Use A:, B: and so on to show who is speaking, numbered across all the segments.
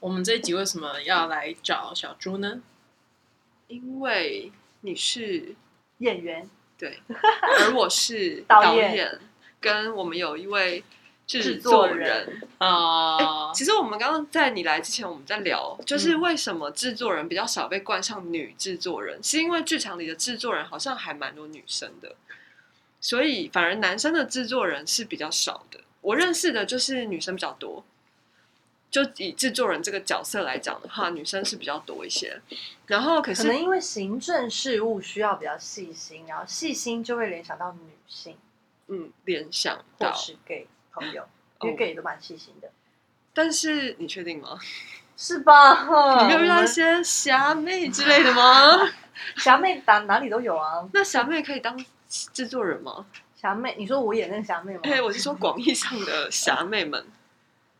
A: 我们这一集为什么要来找小猪呢？
B: 因为你 是
C: 演员
B: 对，而我是
C: 导
B: 导
C: 演
B: 演，跟我们有一位制
C: 制
B: 作
C: 作
B: 人。
A: 啊、
B: 其实我们刚刚在你来之前，我们在聊，
C: 嗯
B: 就是为什么制作人比较少被冠上女制作人，是因为剧场里的制作人好像还蛮多女生的，所以反而男生的制作人是比较少的。我认识的就是女生比较多。就以制作人这个角色来讲的话，女生是比较多一些。然后可
C: 可
B: 是
C: 能因为行政事务需要比较细心，然后细心就会联想到女性
B: 嗯，联想
C: 或
B: 到，
C: 是 gay 朋友，
B: 哦
C: 因为 gay 都蛮细心的，
B: 但是你确定吗？
C: 是吧？
B: 你没有遇
C: 我
B: 到一
C: 们
B: 些侠妹之类的吗？
C: 侠妹哪哪里都有啊。
B: 那侠妹可以当制作人吗？
C: 侠妹，你说我演那个侠妹吗？
B: 哎、我是说广义上的侠妹们，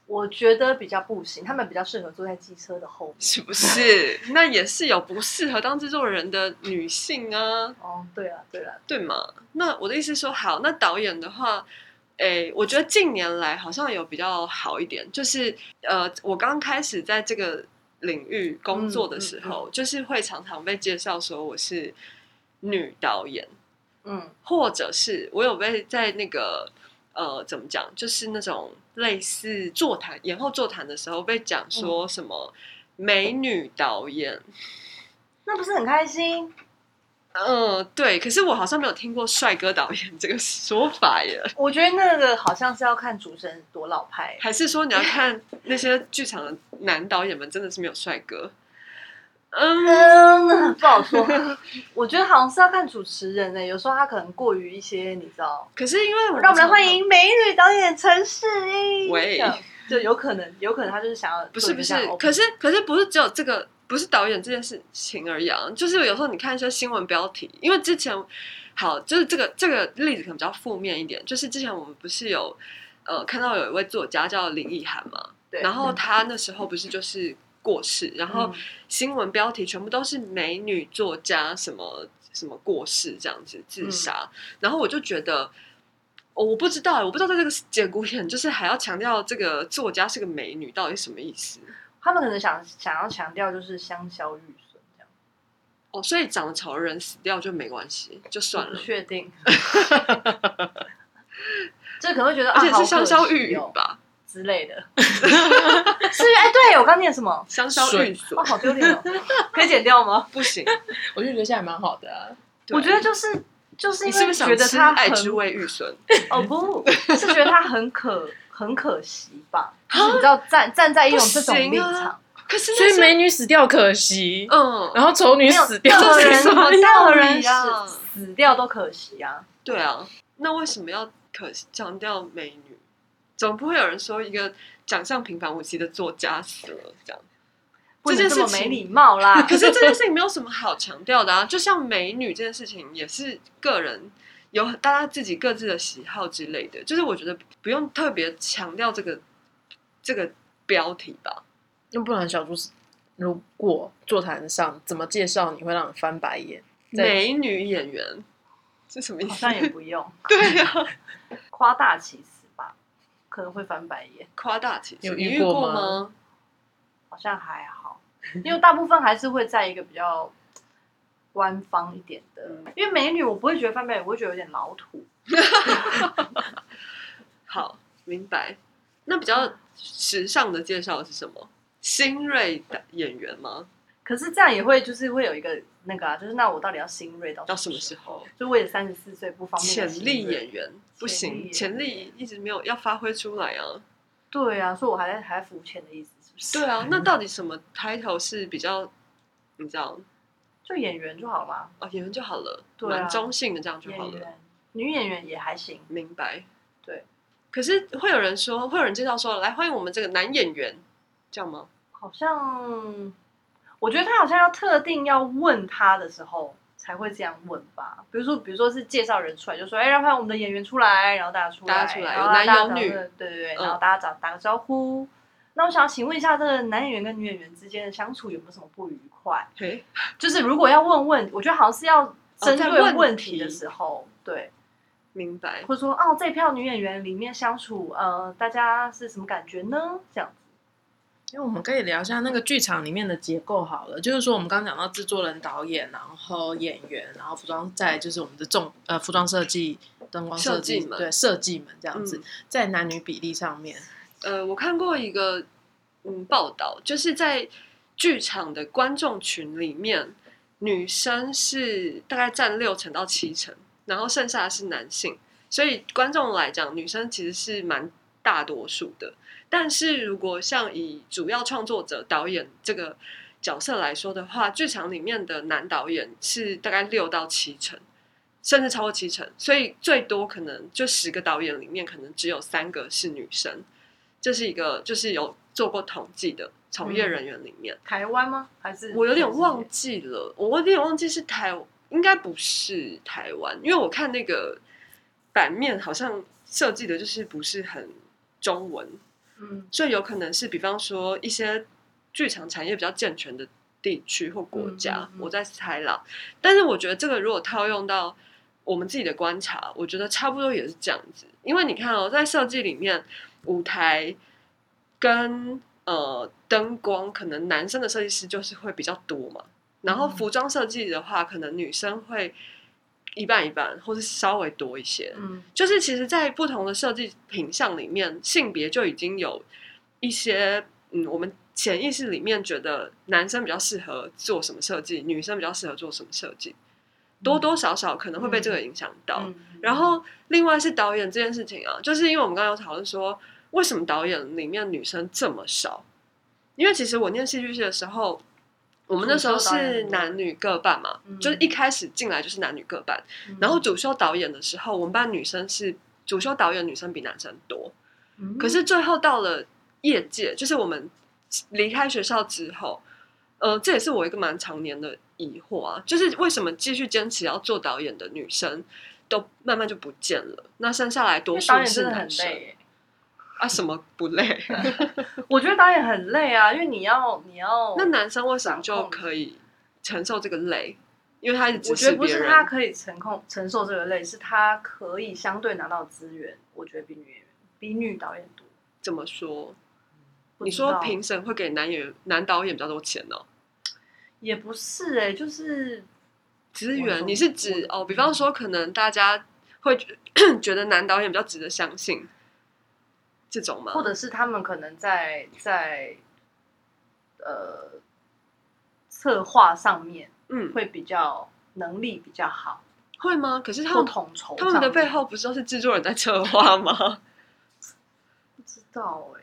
C: 我觉得比较不行，他们比较适合坐在机车的后面。
B: 是不是？那也是有不适合当制作人的女性啊，
C: 哦，对了对了，
B: 对吗？那我的意思是说，好，那导演的话。哎、我觉得近年来好像有比较好一点，就是呃，我刚开始在这个领域工作的时候，就是会常常被介绍说我是女导演，
C: 嗯，
B: 或者是我有被在那个呃怎么讲，就是那种类似座谈演后座谈的时候被讲
C: 嗯
B: 说什么美女导演，
C: 那不是很开心？
B: 嗯、对，可是我好像没有听过帅哥导演这个说法耶，
C: 我觉得那个好像是要看主持人多老派、
B: 还是说你要看那些剧场的男导演们真的是没有帅哥？嗯，
C: 嗯，不 好说。我觉得好像是要看主持人呢、欸有时候他可能过于一些，你知道。
B: 可是因为我
C: 让我们来欢。迎美女导演陈世英。
B: 喂
C: 这样就有可能，有可能他就是想要
B: 不
C: 做
B: 是
C: 一
B: 不
C: 个哦
B: 是
C: 这样的，open
B: 可是可是不是只有这个，不是导演这件事情而已啊。就是有时候你看一些新闻标题，因为之前好，就是这个这个例子可能比较负面一点，就是之前我们不是有呃看到有一位作家叫林奕涵嘛，
C: 对
B: 然后他那时候不是就是过世，然后
C: 嗯
B: 新闻标题全部都是美女作家什么什么过世这样子自杀，
C: 嗯
B: 然后我就觉得。哦我不知道，我不知道在这个节骨眼，就是还要强调这个作家是个美女，到底什么意思？
C: 他们可能想想要强调就是香消玉损这样，
B: 哦，所以长得丑的人死掉就没关系，就算
C: 我
B: 了
C: 不。确 定。这可能会觉得，
B: 而且
C: 啊
B: 是香消玉
C: 好可惜哦
B: 殒吧，
C: 之类的。是哎，对我刚念 什么？
B: 香消玉
C: 哦，
B: 损
C: 好丢脸哦，可以剪掉吗？
B: 不 行。
A: 我就觉得现在蛮好的啊。
B: 对
C: 我觉得就是就是
B: 你
C: 因
B: 是不
C: 为
B: 是
C: 觉
B: 想
C: 得
B: 吃
C: 他
B: 爱
C: 很
B: 之味玉 笋？
C: 哦不，是觉得他很可很可惜吧？就是你知道站站在一种这种立
B: 啊不行
C: 场
B: 啊，可是
A: 所
B: 那
A: 以
B: 是
A: 美女死掉可惜，
B: 嗯，
A: 然后丑女
C: 没有
A: 死掉
C: 任
B: 这
C: 何
B: 是
C: 人
B: 什么
C: 任何
B: 道
C: 人
B: 理啊
C: 死死掉都可惜啊。
B: 对啊，那为什么要可强调美女？总不会有人说一个长相平凡无奇的作家死了这样。
C: 不能
B: 这件
C: 这么
B: 事
C: 没
B: 情
C: 礼貌啦
B: 可！是这件事情没有什么好强调的啊，就像美女这件事情也是个人有大家自己各自的喜好之类的，就是我觉得不用特别强调这个这个标题吧。
A: 那不然小猪死如果座谈上怎么介绍你会让人翻白眼？对
B: 美女演员这什么意
C: 好
B: 思
C: 像？也不用
B: 对啊，
C: 夸大其词吧，可能会翻白眼，
B: 夸大其词，
A: 有
B: 你
A: 遇
B: 遇
A: 过
B: 过
A: 吗
B: 吗？
C: 好像还好，因为大部分还是会在一个比较官方一点的
B: 嗯，
C: 因为美女我不会觉得翻白眼，我会觉得有点老土。
B: 好，明白。那比较时尚的介绍是什么？新锐的演员吗？
C: 可是这样也会就是会有一个那个啊，就是那我到底要新锐到
B: 到什么
C: 时
B: 时
C: 候？
B: 候？
C: 就为了三十四岁不方便
B: 潜
C: 的新
B: 力
C: 锐
B: 演员不行，
C: 潜
B: 潜
C: 力演
B: 力一直没有要发挥出来啊。
C: 对啊，所以我还在还在浮浅的意思是不是？
B: 对啊，那到底什么 title 是比较，你知道
C: 就演员就好啦，
B: 哦，演员就好了，
C: 对啊
B: 蛮中性的这样就好
C: 演
B: 了，
C: 员女演员也还行，
B: 明白？
C: 对。
B: 可是会有人说，会有人介绍说，来欢迎我们这个男演员，这样吗？
C: 好像我觉得他好像要特定要问他的时候才会这样问吧。比如说，比如说是介绍人出来，就说哎，让欢迎我们的演员出来，然后大家出来，
B: 大家出来
C: 然后大家
B: 有男有女
C: 打个对对对，
B: 嗯
C: 然后大家打打个招呼。那我想请问一下，这个男演员跟女演员之间的相处有没有什么不愉快？
B: 嘿，
C: 就是如果要问问，我觉得好像是要针
B: 在
C: 对
B: 问
C: 哦问题的
B: 题
C: 时候，对，
B: 明白。
C: 或者说哦，这票女演员里面相处，呃，大家是什么感觉呢？这样子，
A: 因为我们可以聊一下那个剧场里面的结构好了，就是说我们刚讲到制作人、导演，然后演员，然后服装，再来就是我们的重呃服装设计、灯光设
B: 设
A: 计
B: 计们
A: 对设计们这样子，
B: 嗯
A: 在男女比例上面，
B: 呃，我看过一个嗯报道，就是在剧场的观众群里面，女生是大概占六成到七成，然后剩下的是男性，所以观众来讲，女生其实是蛮大多数的。但是如果像以主要创作者、导演这个角色来说的话，剧场里面的男导演是大概六到七成，甚至超过七成，所以最多可能就十个导演里面，可能只有三个是女生。这是一个就是有做过统计的从业人员里面，
C: 台湾吗？还是
B: 我有点忘记了，我有点忘记是台，应该不是台湾，因为我看那个版面好像设计的就是不是很中文，
C: 嗯
B: 所以有可能是比方说一些剧场产业比较健全的地区或国家，
C: 嗯嗯嗯
B: 我在猜啦。但是我觉得这个如果套用到我们自己的观察，我觉得差不多也是这样子。因为你看哦，在设计里面，舞台跟呃灯光，可能男生的设计师就是会比较多嘛。然后
C: 嗯
B: 服装设计的话，可能女生会一半一半，或是稍微多一些。
C: 嗯
B: 就是其实，在不同的设计品相里面，性别就已经有一些嗯，我们潜意识里面觉得男生比较适合做什么设计，女生比较适合做什么设计，多多少少可能会被这个影响到。
C: 嗯
B: 然后另外是导演这件事情啊，就是因为我们刚刚有讨论说，为什么导演里面女生这么少？因为其实我念戏剧系的时候，我们那时候
C: 主修导演
B: 是
C: 很多
B: 男女各半嘛，
C: 嗯
B: 就是一开始进来就是男女各半。
C: 嗯
B: 然后主修导演的时候，我们班女生是主修导演女生比男生多，
C: 嗯
B: 可是最后到了业界，就是我们离开学校之后，呃，这也是我一个蛮常年的疑惑啊，就是为什么继续坚持要做导演的女生都慢慢就不见了，那剩下来
C: 因
B: 多
C: 为
B: 数
C: 导演
B: 是
C: 真的很
B: 男生
C: 累耶。
B: 啊？什么不 累？
C: 我觉得导演很累啊，因为你要你要，
B: 那男生为什么
C: 掌
B: 就
C: 控
B: 可以承受这个累？因为他一直
C: 我
B: 支持
C: 觉得不
B: 别
C: 是
B: 人，
C: 他可以承控承受这个累，是他可以相对拿到资源，我觉得比女演员比女导演多。
B: 怎么说？
C: 不
B: 你
C: 知道
B: 说评审会给男演员、男导演比较多钱哦呢、
C: 也不是哎、就是
B: 资
C: 我
B: 源，
C: 懂
B: 你是指
C: 我
B: 哦，比方说，可能大家会觉 觉得男导演比较值得相信这种吗？
C: 或者是他们可能在在呃策划上面
B: 嗯，
C: 会比较能力比较好，
B: 会吗？可是他
C: 或
B: 们
C: 统筹
B: 他们的
C: 上面
B: 背后不是都是制作人在策划吗？
C: 不知道哎、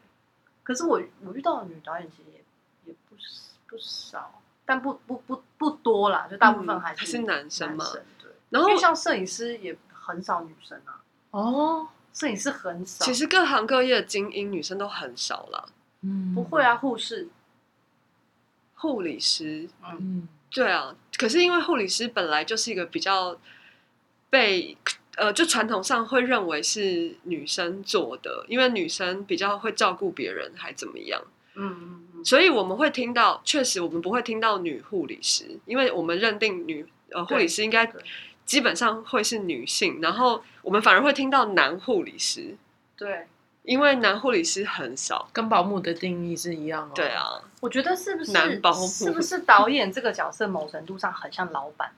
C: 可是我我遇到的女导演其实也也不是不少，但不不不不多啦，就大部分
B: 嗯
C: 还
B: 还
C: 是、
B: 是男生嘛
C: 对，
B: 然后
C: 因为像摄影师也很少女生啊，
A: 哦，
C: 摄影师很少，
B: 其实各行各业的精英女生都很少啦，
A: 嗯
C: 不会，啊，护士
B: 护理师
C: 嗯
A: 嗯，
B: 对啊，可是因为护理师本来就是一个比较被呃，就传统上会认为是女生做的，因为女生比较会照顾别人，还怎么样？
C: 嗯嗯嗯，
B: 所以我们会听到，确实我们不会听到女护理师，因为我们认定女呃护理师应该
C: 对
B: 基本上会是女性，然后我们反而会听到男护理师，
C: 对，
B: 因为男护理师很少。
A: 跟保姆的定义是一样哦。
B: 对，啊，
C: 我觉得是不是
B: 男保姆
C: 是不是导演这个角色某程度上很像老 板？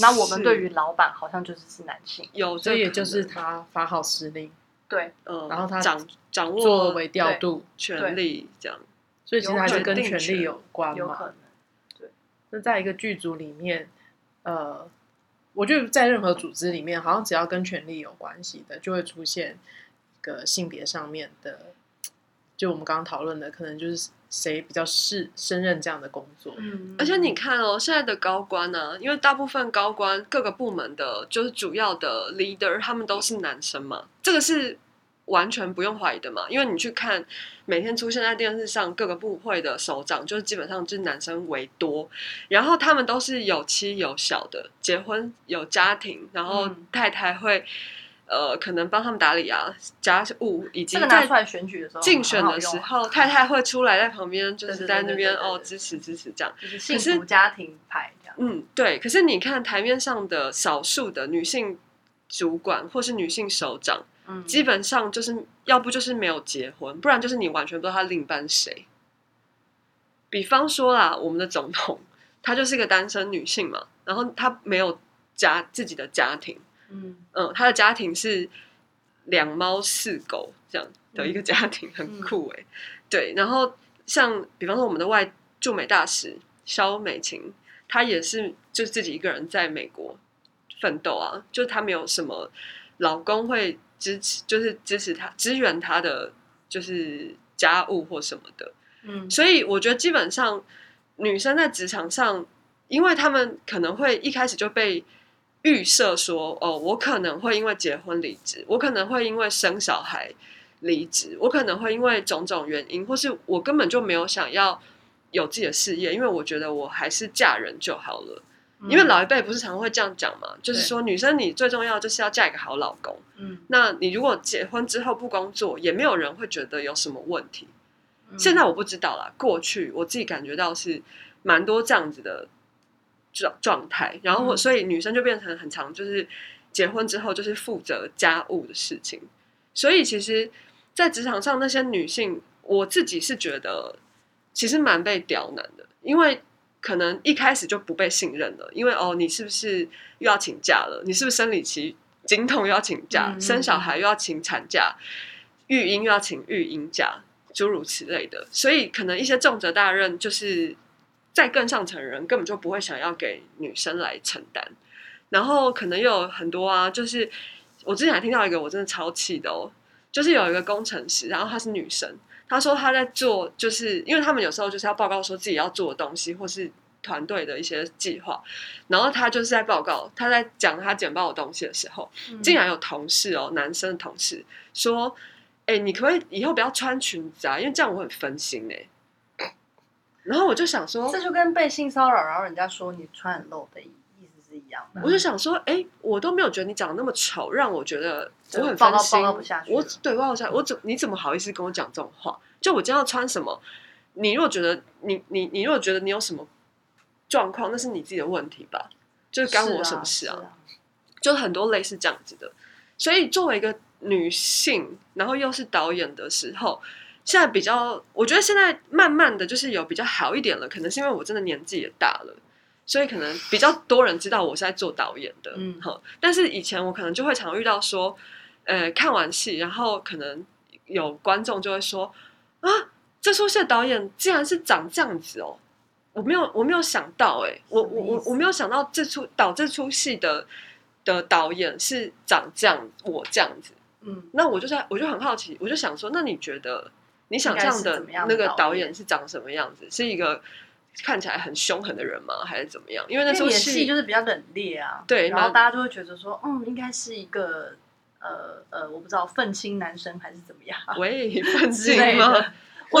C: 那我们对于
B: 是
C: 老板好像就是是男性，
B: 有
A: 所
B: 这个可能，
A: 以也就是他发号施令，
C: 对，
B: 呃，
A: 然后他
B: 掌掌
A: 作
B: 握
A: 为调度，
B: 权力这样，
A: 所以其实还是跟权力有关
C: 有可
A: 嘛。
C: 能，
A: 那在一个剧组里面，呃，我觉得在任何组织里面，好像只要跟权力有关系的，就会出现一个性别上面的，就我们刚刚讨论的，可能就是谁比较适胜任这样的工作。
C: 嗯，
B: 而且你看哦，现在的高官呢、因为大部分高官各个部门的，就是主要的 leader，他们都是男生嘛，这个是完全不用怀疑的嘛。因为你去看每天出现在电视上各个部会的首长，就是基本上就是男生为多，然后他们都是有妻有小的，结婚有家庭，然后
C: 嗯
B: 太太会。呃，可能帮他们打理啊家务，以及
C: 这个拿
B: 在
C: 出来选举的时候，
B: 竞选
C: 很好
B: 的
C: 用啊
B: 时候，太太会出来在旁边，就
C: 对
B: 是
C: 对
B: 在
C: 对
B: 那
C: 对
B: 边
C: 对对
B: 哦
C: 对
B: 支持支持这样。
C: 就是
B: 可
C: 幸
B: 是
C: 福家庭牌这样，
B: 嗯，对。可是你看台面上的少数的女性主管或是女性首长，
C: 嗯，
B: 基本上就是要不就是没有结婚，不然就是你完全不知道她另一半是谁。比方说啦，我们的总统她就是一个单身女性嘛，然后她没有家自己的家庭，
C: 嗯，
B: 嗯，她的家庭是两猫四狗这样的一个家庭，很酷哎、对，然后像比方说我们的外驻美大使肖美琴，她也是就自己一个人在美国奋斗啊，就她没有什么老公会支持，就是支持她支援她的就是家务或什么的。
C: 嗯，
B: 所以我觉得基本上女生在职场上，因为她们可能会一开始就被预设说，哦，我可能会因为结婚离职，我可能会因为生小孩离职，我可能会因为种种原因，或是我根本就没有想要有自己的事业，因为我觉得我还是嫁人就好了。因为老一辈不是常会这样讲嘛，就是
C: 嗯对
B: 说女生你最重要就是要嫁一个好老公。
C: 嗯，
B: 那你如果结婚之后不工作，也没有人会觉得有什么问题。
C: 嗯
B: 现在我不知道啦，过去我自己感觉到是蛮多这样子的状状态，然后我、
C: 嗯
B: 所以女生就变成很常就是结婚之后就是负责家务的事情，所以其实，在职场上那些女性，我自己是觉得其实蛮被刁难的，因为。可能一开始就不被信任了，因为哦，你是不是又要请假了？你是不是生理期经痛又要请假？
C: 嗯嗯
B: 生小
C: 嗯
B: 孩又要请产假，育婴又要请育婴假，诸如此类的。所以可能一些重责大任，就是在更上层的人根本就不会想要给女生来承担。然后可能又有很多啊，就是我之前还听到一个我真的超气的哦，就是有一个工程师，然后她是女生，她说她在做，就是因为他们有时候就是要报告说自己要做的东西，或是团队的一些计划，然后她就是在报告，她在讲她简报的东西的时候，
C: 嗯
B: 竟然有同事哦，男生的同事说：“哎、你可不可以以后不要穿裙子啊？因为这样我很分心哎、然后我就想说
C: 这，就跟被性骚扰，然后人家说你穿很露的意意思是一样的。
B: 我就想说，哎、我都没有觉得你长得那么丑，让我觉得我很
C: 报告
B: 分心。
C: 报告不下去了
B: 我对报告不下去，我怎你怎么好意思跟我讲这种话？就我今天要穿什么，你如果觉得你你你如果觉得你有什么状况，那是你自己的问题吧，就是干我什么事啊？
C: 是啊
B: 就很多类似这样子的。所以作为一个女性，然后又是导演的时候，现在比较，我觉得现在慢慢的就是有比较好一点了，可能是因为我真的年纪也大了。所以可能比较多人知道我是在做导演的，
C: 嗯
B: 好，但是以前我可能就会常遇到说，呃，看完戏，然后可能有观众就会说，啊，这出戏的导演竟然是长这样子哦，我没有我没有想到、欸，哎，我
C: 什么
B: 我
C: 意
B: 我
C: 思
B: 我没有想到这出导这出戏的的导演是长这样我这样子，
C: 嗯，
B: 那我就在我就很好奇，我就想说，那你觉得你想象
C: 应该是
B: 的
C: 怎么样的
B: 那个
C: 导
B: 导
C: 演
B: 演是长什么样子？是一个看起来很凶狠的人吗？还是怎么样？因为那
C: 因为
B: 出
C: 你的戏
B: 戏
C: 就是比较冷冽啊，
B: 对
C: 然后
B: 蛮
C: 大家就会觉得说，嗯，应该是一个呃呃，我不知道愤青男生还是怎么样，
B: 喂 愤
C: 之
B: 青
C: 类的
B: 吗？
C: 或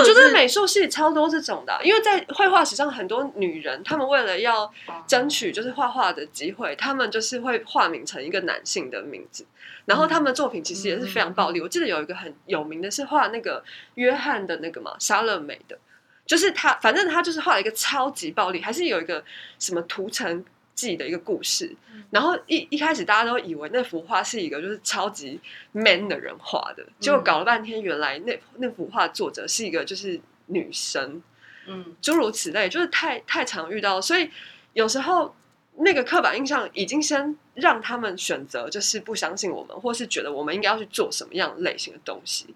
B: 我
C: 者
B: 觉
C: 是
B: 得美术系超多这种的啊、因为在绘画史上，很多女人她们为了要
C: 哦
B: 争取就是画画的机会，她们就是会化名成一个男性的名字，然后他们的作品其实也是非常暴力。我记得有一个很有名的是画那个约翰的那个嘛，莎乐美的，就是他，反正他就是画了一个超级暴力，还是有一个什么屠城记的一个故事
C: 嗯。
B: 然后一一开始大家都以为那幅画是一个就是超级 man 的人画的，结果搞了半天，原来那那幅画作者是一个就是女生，
C: 嗯
B: 诸如此类，就是太太常遇到，所以有时候那个刻板印象已经先让他们选择，就是不相信我们，或是觉得我们应该要去做什么样类型的东西。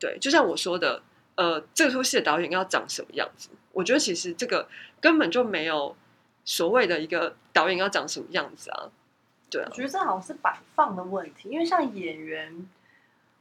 B: 对，就像我说的，呃，这出戏的导演要长什么样子？我觉得其实这个根本就没有所谓的一个导演要长什么样子啊。对啊
C: 我，觉得这好像是摆放的问题，因为像演员，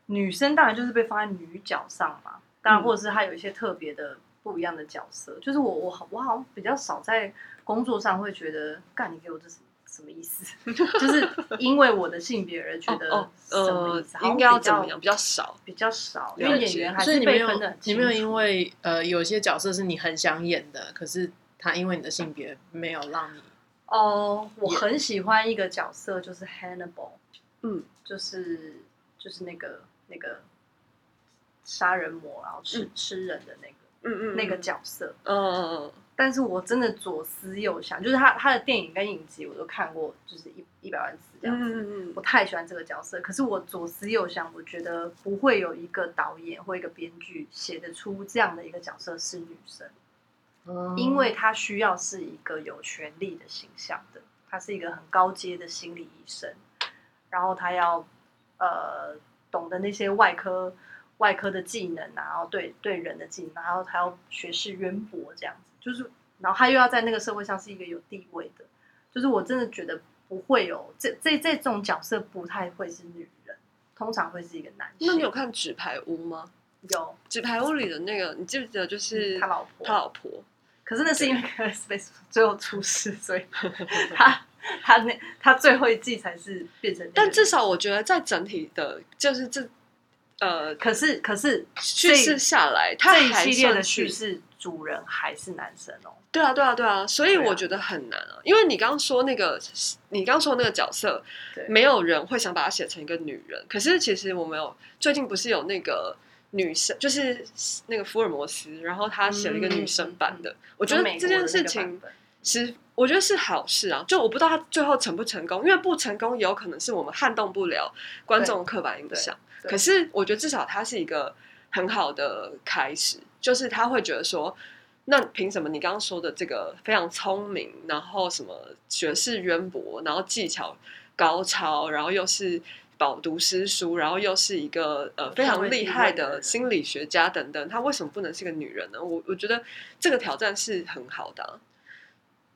C: 女生当然就是被放在女角上嘛，当
B: 嗯
C: 然或者是她有一些特别的不一样的角色，就是我我好我好像比较少在工作上会觉得，干你给我这什么什么意思？ 就是因为我的性别而觉
B: 哦
C: 得什么
B: 呃
C: 意思？，好像
B: 应该要怎么样比较少？
C: 比较少，因
B: 了
C: 为
B: 解
C: 演员还
A: 所以
C: 是
A: 你没
C: 被
A: 有
C: 分的，
A: 你没有因为呃有些角色是你很想演的，可是他因为你的性别没有让你
C: 哦，我很喜欢一个角色，就是 Hannibal，
B: 嗯，
C: 就是就是那个那个杀人魔，然后
A: 嗯
C: 吃、吃人的那个、
B: 嗯嗯，
C: 那个角色。
B: 嗯，嗯嗯
C: 但是我真的左思右想，就是他他的电影跟影集我都看过，就是一一百万次这样
B: 嗯
C: 子。
B: 嗯嗯
C: 我太喜欢这个角色，可是我左思右想，我觉得不会有一个导演或一个编剧写得出这样的一个角色是女生。
A: 嗯
C: 因为他需要是一个有权利的形象的，他是一个很高阶的心理医生，然后他要呃懂得那些外科外科的技能啊，然后对对人的技能，然后他要学识渊博这样子，就是然后他又要在那个社会上是一个有地位的，就是我真的觉得不会有这这这种角色不太会是女人，通常会是一个男性。
B: 那你有看《纸牌屋》吗？
C: 有
B: 《纸牌屋》里的那个，你记不记得？就是
C: 嗯他老婆
B: 他老婆，
C: 可是那是因为 Space 最后出事，所以他他那他最后一季才是变成那个人。
B: 但至少我觉得在整体的，就是这呃
C: 可是可是
B: 叙事下来，他
C: 这一
B: 还
C: 系列
B: 算
C: 的
B: 是
C: 叙事主人还是男生哦。
B: 对啊，对啊，对啊，所以
C: 对啊
B: 我觉得很难啊，因为你刚刚说那个，你刚刚说那个角色
C: 对，
B: 没有人会想把它写成一个女人。可是其实我们有最近不是有那个女生，就是那个福尔摩斯，然后他写了一
C: 嗯
B: 个女生版的，我
C: 我
B: 觉得这件事情是我觉得是好事啊，就我不知道他最后成不成功，因为不成功也有可能是我们撼动不了观众的刻板印象。
C: 对对
B: 可是我觉得至少它是一个很好的开始，就是他会觉得说，那凭什么你刚刚说的这个非常聪明，然后什么学识渊博，然后技巧高超，然后又是饱读诗书，然后又是一个呃非常厉害的心理学家等等，她为什么不能是个女人呢？我我觉得这个挑战是很好的啊、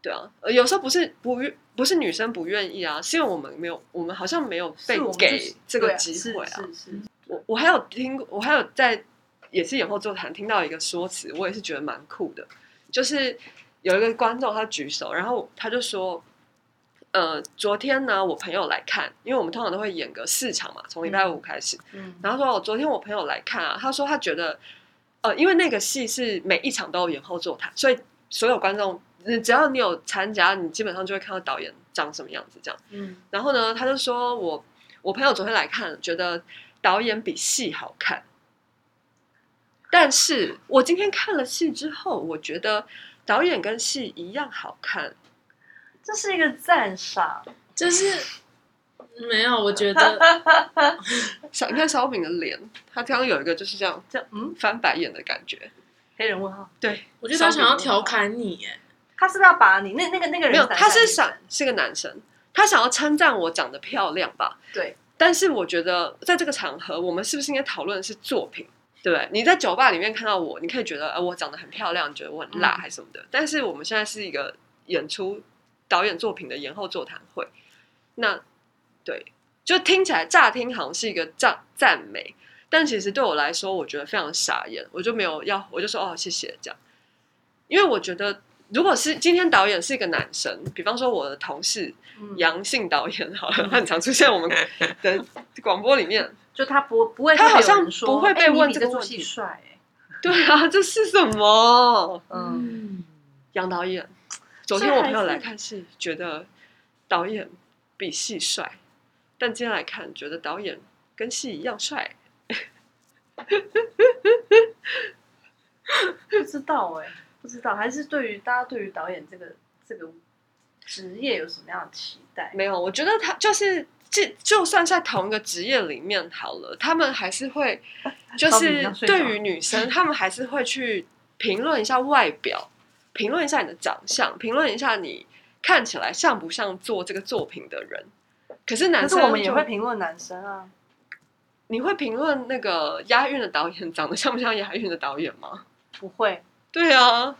B: 对啊，呃有时候不是不愿不是女生不愿意啊，是因为我们没有，我们好像没有被给这个机会啊。
C: 是是是
B: 我我还有听，我还有在也是演后座谈听到一个说辞，我也是觉得蛮酷的，就是有一个观众他举手，然后他就说。呃，昨天呢，我朋友来看，因为我们通常都会演个四场嘛，从礼拜五开始。
C: 嗯，
B: 然后说，我昨天我朋友来看啊，他说他觉得，呃，因为那个戏是每一场都有演后座谈，所以所有观众，呃只要你有参加，你基本上就会看到导演长什么样子这样。
C: 嗯
B: 然后呢，他就说我我朋友昨天来看，觉得导演比戏好看，但是我今天看了戏之后，我觉得导演跟戏一样好看。
C: 这是一个赞赏，
A: 就是没有，我觉得
B: 小你看烧饼的脸，他刚刚有一个就是这样
C: 这嗯
B: 翻白眼的感觉，
C: 黑人问号，
B: 对。
A: 我觉得他想要调侃你耶，
C: 他是不是要把你那那个那个人
B: 没有，
C: 男
B: 他是
C: 还女
B: 想是个男生，他想要称赞我长得漂亮吧？
C: 对。
B: 但是我觉得在这个场合，我们是不是应该讨论的是作品，对不对？你在酒吧里面看到我，你可以觉得呃我长得很漂亮，你觉得我很辣
C: 嗯
B: 还是什么的。但是我们现在是一个演出导演作品的延后座谈会，那对，就听起来乍听好像是一个赞赞美，但其实对我来说，我觉得非常傻眼，我就没有要，我就说哦谢谢这样，因为我觉得如果是今天导演是一个男生，比方说我的同事
C: 嗯
B: 阳性导演好了，他很常出现我们的广播里面，
C: 就他不不会
B: 他
C: 特别
B: 好
C: 有
B: 像
C: 人说
B: 不会被
C: 哎你
B: 问
C: 比
B: 这
C: 这
B: 个
C: 出
B: 问
C: 戏
B: 题
C: 帅欸
B: 对啊，这是什么？
C: 嗯，
B: 杨导演，昨天我朋友来看戏，觉得导演比戏帅，但今天来看，觉得导演跟戏一样帅。
C: 不知道哎，不知道还是对于大家对于导演这个这个职业有什么样的期待？
B: 没有，我觉得他就是，就就算在同一个职业里面好了，他们还是 会，就
C: 超级
B: 是
C: 像睡着
B: 对于女生，他们还是会去评论一下外表，评论一下你的长相，评论一下你看起来像不像做这个作品的人。可是
C: 可
B: 男
C: 是
B: 生
C: 我们也
B: 就
C: 会评论男生啊，
B: 你会评论那个押韵的导演长得像不像押韵的导演吗？
C: 不会，
B: 对啊，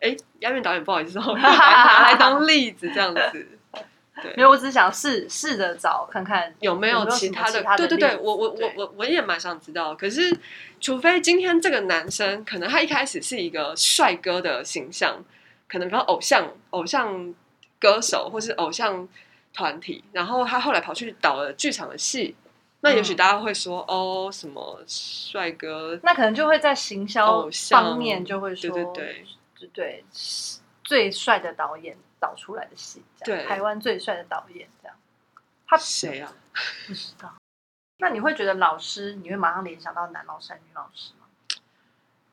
B: 哎，押韵导演不好意思哦，拿拿来当例子这样子，对，
C: 没有，我只是想试试着找看看。
B: 有没
C: 有
B: 有
C: 没有
B: 其
C: 什么
B: 他的？
C: 其他
B: 对
C: 的
B: 对对，
C: 例子
B: 我我我
C: 对
B: 我我也蛮想知道。可是，除非今天这个男生，可能他一开始是一个帅哥的形象，可能比方偶像、偶像歌手或是偶像团体，然后他后来跑去导了剧场的戏，那也许
C: 嗯
B: 大家会说、哦，什么帅哥
C: 那可能就会在行销
B: 偶像
C: 方面就会说，
B: 对对
C: 对对最帅的导演导出来的戏，这样
B: 对
C: 台湾最帅的导演这样。他
B: 谁啊？
C: 不知道。那你会觉得老师，你会马上联想到男老师、还是女老师吗？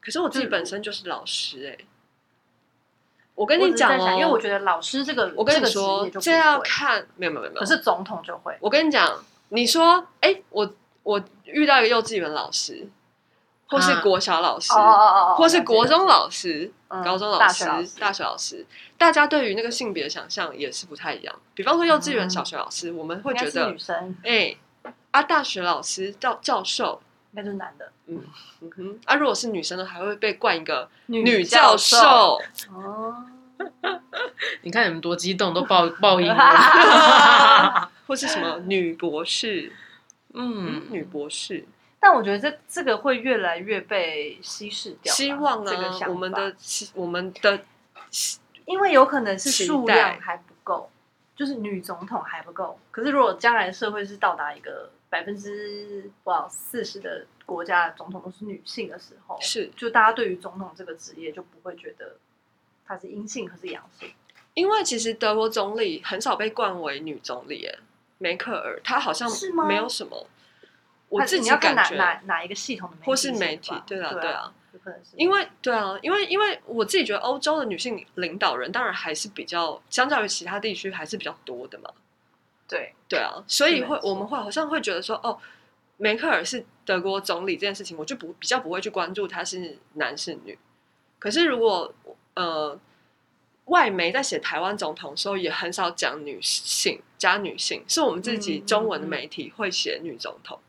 B: 可是我自己
C: 嗯
B: 本身就是老师哎、我跟
C: 我
B: 你
C: 只是在
B: 讲哦，
C: 想因为我觉得老师这个，
B: 我跟
C: 这
B: 你
C: 个职
B: 说
C: 业，就不
B: 这要
C: 会
B: 看没有没有没有，
C: 可是总统就会，
B: 我跟你讲，你说，哎、我我遇到一个幼稚园老师，或是
A: 啊
B: 国小老师，
C: 哦哦哦哦，
B: 或是国中
C: 了
B: 老师、
C: 嗯
B: 高中老
C: 大
B: 师
C: 学老、师
B: 大学老师，大家对于那个性别想象也是不太一样。比方说幼稚园、
A: 嗯
B: 小学老师，我们会
C: 啊解，
B: 觉
C: 应该是
B: 得
C: 女，生，
B: 哎、啊，大学老师、教教授，
C: 应该就是男的，
B: 嗯哼，啊，如果是女生呢，还会被冠一个
C: 女
B: 教
C: 教
B: 授。
C: 哦，
A: 你看你们多激动，都 爆爆音了。
B: 或是什么女博士，
A: 嗯，
B: 嗯，女博士，
C: 但我觉得这这个会越来越被稀释掉吧，
B: 希望
C: 这个
B: 呢
C: 想，法
B: 我们的我们的
C: 因为有可能是
B: 期
C: 数
B: 待
C: 量还不够，就是女总统还不够。可是如果将来社会是到达一个百分之哇四十的国家总统都是女性的时候，
B: 是
C: 就大家对于总统这个职业就不会觉得它是阴性，可是阳性。
B: 因为其实德国总理很少被冠为女总理，哎，梅克尔，她好像
C: 是吗
B: 没有什么，
C: 它
B: 我自
C: 你
B: 己
C: 要看
B: 感
C: 哪
B: 觉，
C: 哪哪一个系统的媒体
B: 或是媒体
C: 吧
B: 对啦
C: 啊
B: 对
C: 对
B: 啊，
C: 有可能是
B: 因为对啊，因为因为我自己觉得欧洲的女性领导人当然还是比较，相较于其他地区还是比较多的嘛，
C: 对
B: 对啊，所以
C: 没
B: 会
C: 错
B: 我们会好像会觉得说，哦，梅克尔是德国总理这件事情，我就不比较不会去关注他是男是女。可是如果呃，外媒在写台湾总统的时候，也很少讲女性加女性，是我们自己
C: 嗯嗯
B: 中文的
C: 嗯
B: 媒体会写女总统，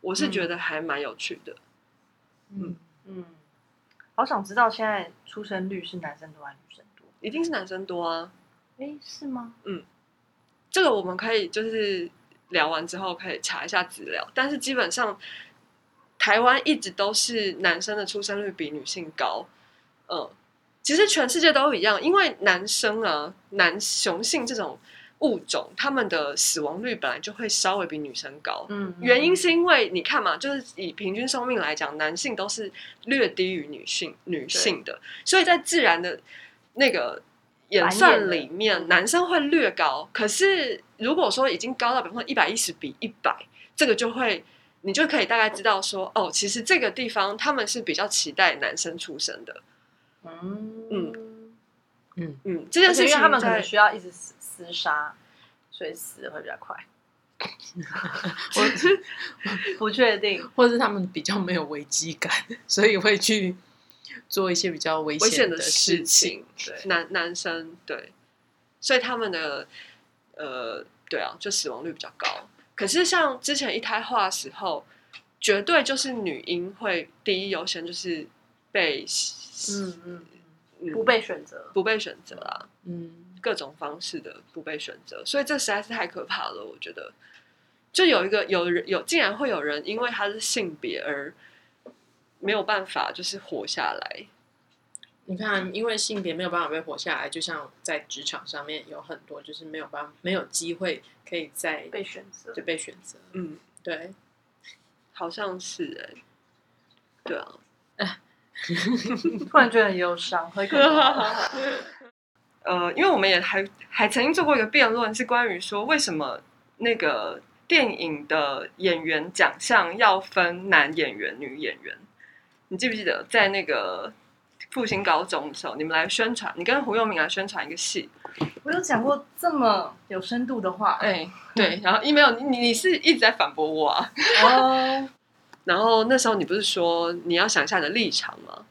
B: 我是觉得还蛮有趣的。
C: 嗯嗯，好想知道现在出生率是男生多还是女生多？
B: 一定是男生多啊，
C: 诶，是吗？
B: 这个我们可以就是聊完之后可以查一下资料，但是基本上台湾一直都是男生的出生率比女性高，嗯，其实全世界都一样，因为男生啊，男雄性这种物种，他们的死亡率本来就会稍微比女生高。
C: 嗯，
B: 原因是因为你看嘛，就是以平均寿命来讲，男性都是略低于女性女性的，所以在自然的那个演算里面，
C: 繁衍的嗯
B: 男生会略高。可是如果说已经高到比方说一百一十比一百，这个就会你就可以大概知道说，哦，其实这个地方他们是比较期待男生出生的。
C: 嗯
B: 嗯
C: 嗯。
B: 嗯，这件
C: 而且
B: 事
C: 因为
B: 情
C: 他们可
B: 在
C: 能需要一直厮厮杀，所以死得会比较 快。我不确定，
A: 或者是他们比较没有危机感， 所以会去做一些比较危
B: 危险
A: 的
B: 的事
A: 事情。
B: 情。
C: 对，
B: 男男生对，所以他们的呃，对啊，就死亡率比较高。可是像之前一胎化的时候，绝对就是女婴会第一优先，就是被
C: 嗯嗯，
B: 嗯
C: 嗯不被选择，
B: 不被选择啦，
A: 嗯，
B: 各种方式的不被选择，所以这实在是太可怕了。我觉得，就有一个有人有竟然会有人因为他是性别而没有办法就是活下来，
A: 你看，因为性别没有办法被活下来，就像在职场上面有很多就是没有办法没有机会可以再
C: 被选择
A: 就。被选择。
B: 嗯，
A: 对，
B: 好像是哎、对啊，
C: 突然觉得很忧伤，喝一口 茶
B: 呃，因为我们也还还曾经做过一个辩论，是关于说为什么那个电影的演员奖项要分男演员、女演员。你记不记得在那个复兴高中的时候，你们来宣传，你跟胡佑明来宣传一个戏？
C: 我有讲过这么有深度的话，
B: 哎，对，然后 email 你你是一直在反驳我啊。
C: 哦，
B: 然后那时候你不是说你要想一下你的立场吗？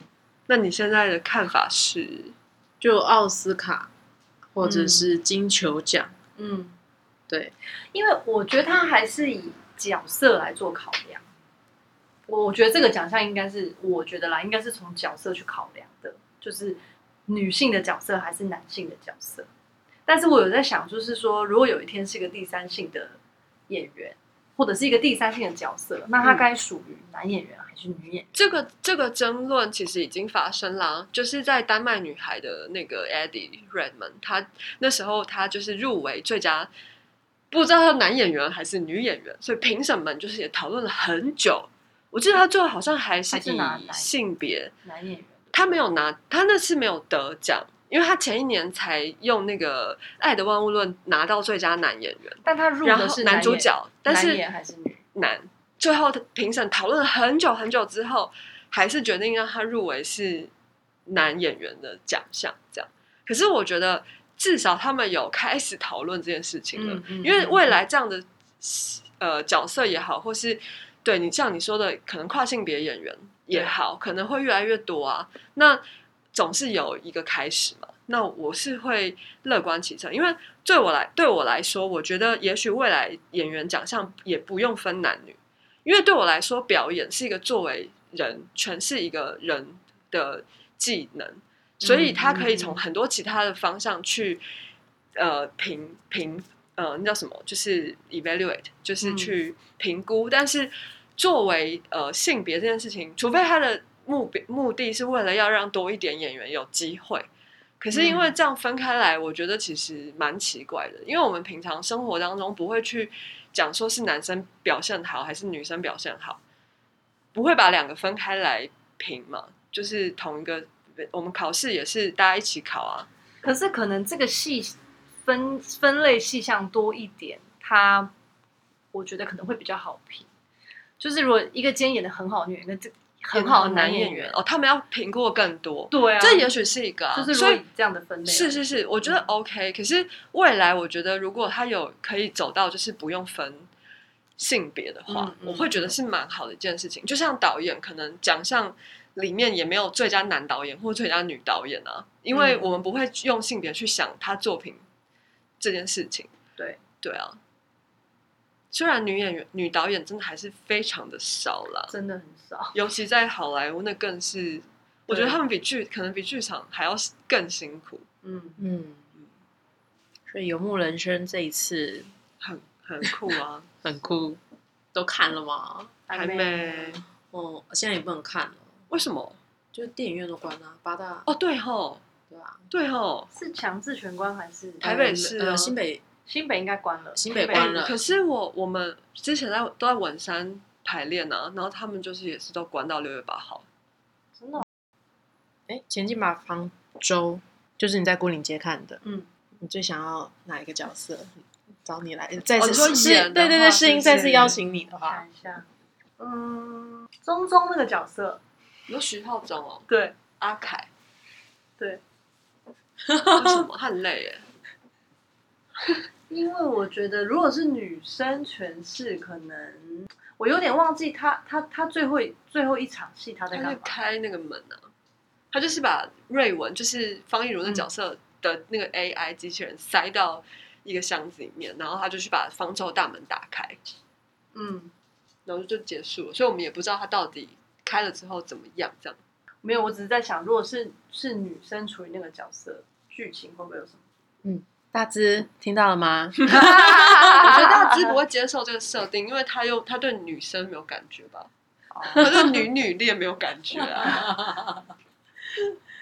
B: 那你现在的看法是？
A: 就奥斯卡或者是金球奖，
C: 嗯，
A: 对，
C: 因为我觉得他还是以角色来做考量。我我觉得这个奖项应该是，我觉得啦，应该是从角色去考量的，就是女性的角色还是男性的角色。但是我有在想，就是说，如果有一天是一个第三性的演员，或者是一个第三性的角色，那
B: 嗯
C: 他该属于男演员还是女演员？
B: 这个这个争论其实已经发生啦，就是在丹麦女孩的那个 Eddie Redman，她那时候她就是入围最佳，不知道她男演员还是女演员，所以评审们就是也讨论了很久。我记得她最后好像还是
C: 还是
B: 以
C: 拿男
B: 性别，
C: 男演员
B: 她没有拿，她那次没有得奖，因为她前一年才用那个《爱的万物论》拿到最佳男演员，
C: 但他入
B: 然
C: 的
B: 后
C: 是
B: 男
C: 演
B: 主，角，但
C: 男
B: 是
C: 演还是女？
B: 难。最后评审讨论了很久很久之后，还是决定让他入围是男演员的奖项。这样，可是我觉得至少他们有开始讨论这件事情了，
C: 嗯嗯
B: 因为未来这样的呃角色也好，或是对你像你说的，可能跨性别演员也好，可能会越来越多啊。那总是有一个开始嘛。那我是会乐观其成，因为对我来对我来说，我觉得也许未来演员奖项也不用分男女，因为对我来说，表演是一个作为人诠释一个人的技能，所
C: 嗯
B: 以他可以从很多其他的方向去呃评评呃那叫什么，就是 evaluate，就是
A: 嗯
B: 去评估。但是作为呃性别这件事情，除非他的目标目的是为了要让多一点演员有机会。可是因
C: 嗯
B: 为这样分开来，我觉得其实蛮奇怪的，因为我们平常生活当中不会去讲说是男生表现好还是女生表现好，不会把两个分开来评嘛，就是同一个。我们考试也是大家一起考啊，
C: 可是可能这个细分分类细项多一点，它我觉得可能会比较好评。就是如果一个今天演的很好的女演员，跟这很好的男演员，
B: 哦，他们要评估的更多，
C: 对啊，
B: 这也许是一个、啊，
C: 就是如
B: 所
C: 果
B: 以
C: 以这样的分类来啊
B: 是是是，我觉得
A: 嗯
B: OK、可是未来，我觉得如果他有可以走到就是不用分性别的话，
A: 嗯嗯
B: 我会觉得是蛮好的一件事情。就像导演，可能奖项里面也没有最佳男导演或最佳女导演啊，因为
A: 嗯
B: 我们不会用性别去想他作品这件事情。
C: 对
B: 对啊，虽然女演员、女导演真的还是非常的少啦，
C: 真的很少。
B: 尤其在好莱坞，那更是我觉得他们比剧可能比剧场还要更辛苦。
C: 嗯，
A: 嗯，所以《游牧人生》这一次
B: 很很酷啊！
A: 很酷，都看了吗？
B: 还没
C: 没，
A: 哦，现在也不能看了，
B: 为什么？
A: 就是电影院都关了，八大
B: 哦，对吼，
A: 对吧？
B: 对吼。
C: 是强制全关还是
B: 台北市啊
A: 呃新北
C: 新北应该关了？
A: 新北关了
B: 哎可是我我们之前在都在文山排练啊，然后他们就是也是都关到六月八号。
C: 真的哦，
A: 哎前进吧方舟，就是你在孤岭街看的，
C: 嗯，
A: 你最想要哪一个角色？找你来再
B: 哦
A: 次
B: 你说
A: 是
B: 演的
A: 对对
B: 话
A: 对，世英再
B: 是
A: 次邀请你的话，
C: 想一下，嗯，中中那个角色，
B: 有徐浩中哦，
C: 对
B: 阿凯，
C: 对，
B: 为什么他很累耶？
C: 因为我觉得如果是女生诠释，可能我有点忘记她她她最后一最后一场戏她在
B: 他
C: 干
B: 就
C: 嘛。
B: 开那个门啊，他就是把瑞文，就是方一茹的角色的那个 AI 机器人塞到一个箱子里面，然后他就去把方舟大门打开，
C: 嗯，
B: 然后就结束了。所以我们也不知道他到底开了之后怎么样，
C: 啊
B: 这样。
C: 没有，我只是在想，如果是是女生处于那个角色，剧情会不会有什么？
A: 大只听到了吗？
B: 我觉得大
C: 我
B: 芝不会接受这个设定，因为他又他对女生没有感觉吧，
C: 哦
B: 他对女女恋没有感觉 啊。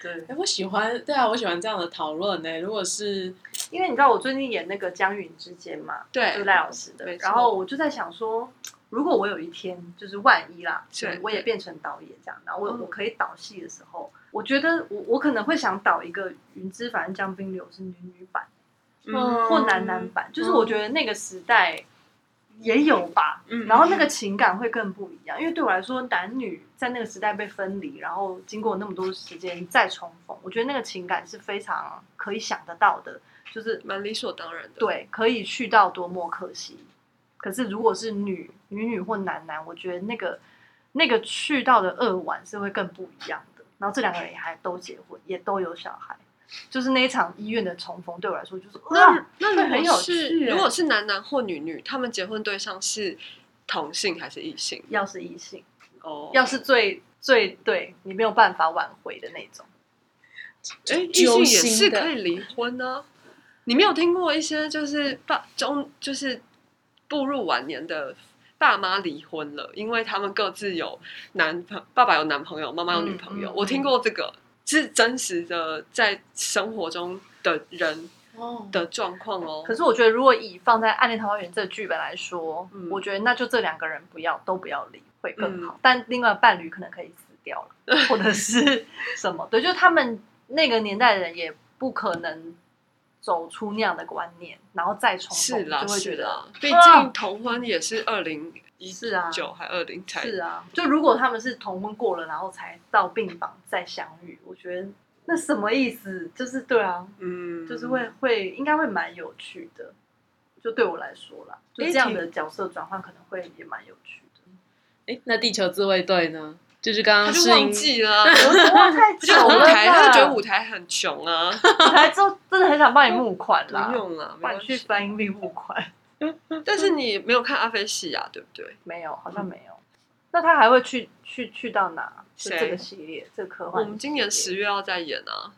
C: 对
A: 哎、，我喜欢，对啊，我喜欢这样的讨论呢。如果是
C: 因为你知道我最近演那个《江云之间》嘛，
B: 对
C: 就是赖老师的
B: 没，错
C: 然后我就在想说，如果我有一天就是万一啦，
B: 对
C: 我也变成导演这样，然后我、
B: 嗯
C: 我可以导戏的时候，我觉得我我可能会想导一个《云之凡江冰流》是女女版
A: 嗯
C: 或男男版，就是
A: 嗯
C: 我觉得那个时代也有吧，
B: 嗯
C: 然后那个情感会更不一样，因为对我来说，男女在那个时代被分离，然后经过那么多时间再重逢，我觉得那个情感是非常可以想得到的，就是
B: 蛮理所当然的。，
C: 对，可以去到多么可惜。可是如果是女女女或男男，我觉得那个那个去到的二晚是会更不一样的。然后这两个人也还都结婚，也都有小孩，就是那一场医院的重逢对我来说就是啊
B: 那
C: 哇，
B: 那
C: 会
B: 如
C: 很
B: 果
C: 有
B: 是
C: 趣耶欸
B: 如果是男男或女女，他们结婚对象是同性还是异性？
C: 要是异性，
B: 哦，
C: 要是最最对你没有办法挽回的那种。
B: 哎，异性
A: 揪
B: 也
A: 心
B: 是
A: 的
B: 可以离婚呢、你没有听过一些就是爸中就是步入晚年的爸妈离婚了，因为他们各自有男朋爸爸有男朋友，妈妈有女朋友。
C: 嗯嗯
B: 我听过这个是真实的，在生活中的人
A: 哦，
B: 的状况哦
C: 可。是我觉得，如果以放在《暗恋桃花源》这剧本来说，
B: 嗯
C: 我觉得那就这两个人不要都不要离会更好。
B: 嗯
C: 但另外伴侣可能可以死掉 了，或者是什么？对，就是他们那个年代的人也不可能走出那样的观念，然后再重
B: 是
C: 逢
B: 啦，
C: 就会
B: 是
C: 觉得
B: 啦，毕
C: 啊
B: 竟同婚也是二零一
C: 是啊
B: 九还二零才
C: 是啊。就如果他们是同婚过了，然后才到病房再相遇，我觉得那什么意思？就是对啊，
B: 嗯，
C: 就是会会应该会蛮有趣的，就对我来说啦，就这样的角色转换可能会也蛮有趣的。
A: 哎、那地球自卫队呢？就是刚
B: 他
A: 刚
B: 就
A: 适
B: 忘
A: 应，
B: 记 了，
C: 哇太
B: 他
C: 久
B: 就舞
C: 了吧，
B: 台，他就觉得舞台很穷啊，
C: 舞台就真的很想帮你募款
B: 不
C: 啦，
B: 用啊了，没
C: 帮你
B: 关
C: 去
B: 系。
C: 翻译募款，
B: 但是你没有看阿菲西亚，对不对？
C: 没有，好像没有。那他还会去去去到哪？就
B: 谁
C: 这个系列，这个科幻系
B: 我
C: 列。
B: 们今年十月要再演啊。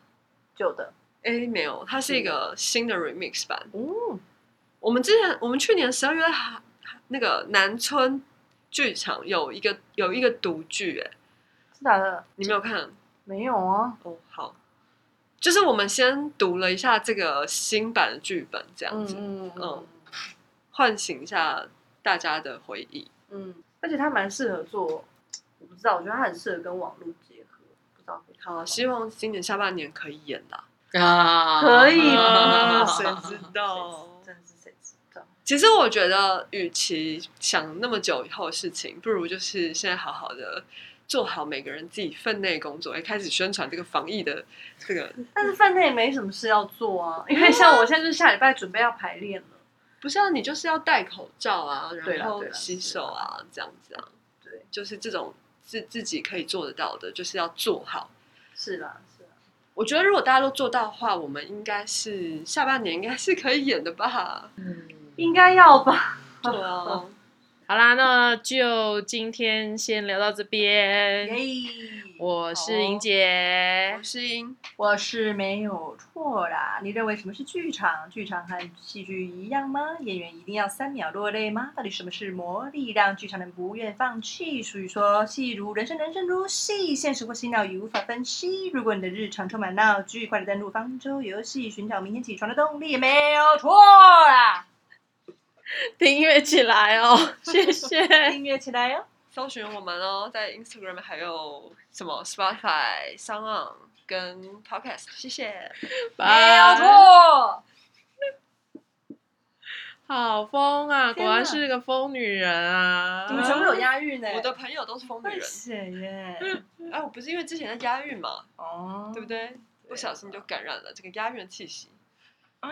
C: 旧的，
B: 哎，没有，它是一个新的 remix 版。
C: 嗯，
B: 我们之前，我们去年十二月还那个南村剧场有一个有一个独剧，哎，
C: 是假的？
B: 你没有看？
C: 没有啊，
B: 哦，好，就是我们先读了一下这个新版的剧本，这样子、
C: 嗯
B: 嗯唤醒一下大家的回忆。
C: 嗯，而且他蛮适合做，我不知道，我觉得他很适合跟网络结合，不知道可以看
B: 好，啊希望今年下半年可以演的啊、
A: 啊，
C: 可以
B: 啊
C: 吧
B: 谁知道？
C: 真的是谁知道？
B: 其实我觉得，与其想那么久以后的事情，不如就是现在好好的做好每个人自己分内工作，也开始宣传这个防疫的这个，
C: 但是饭店也没什么事要做啊，因为像我现在就是下礼拜准备要排练了，
B: 不是啊，你就是要戴口罩啊，
C: 对
B: 然
C: 啦
B: 后
C: 对啦
B: 洗手啊，这样子啊，
C: 对，
B: 就是这种自自己可以做得到的，就是要做好。
C: 是啦是啦，
B: 我觉得如果大家都做到的话，我们应该是下半年应该是可以演的吧？
A: 嗯，
C: 应该要 吧？
B: 对啊，
A: 好啦，那就今天先聊到这边。我
B: 好
C: 哦
A: 是莹姐
B: 我，是英，
C: 我是没有错啦。你认为什么是剧场？剧场和戏剧一样吗？演员一定要三秒落泪吗？到底什么是魔力，让剧场人不愿放弃？俗语说，戏如人生，人生如戏，现实或戏闹已无法分析。如果你的日常充满闹剧，快点登录方舟游戏，寻找明天起床的动力。没有错啦，
A: 订阅起来哦，谢谢。
C: 订阅起来哟、
B: 搜寻我们哦，在 Instagram 还有什么 Spotify、s o n 跟 Podcast，谢谢，啊
C: 没有
A: 拜。
C: 错。
A: 好疯啊，果
C: 天
A: 然
C: 哪
A: 是个疯女人啊！
C: 你们全部有押韵呢、
B: 我的朋友都是疯女
C: 会
B: 人，
C: 写耶，
B: 哎，我不是因为之前在押韵嘛，
C: 哦，
B: 对不对？不小心就感染了这个押韵的气息。
C: 啊。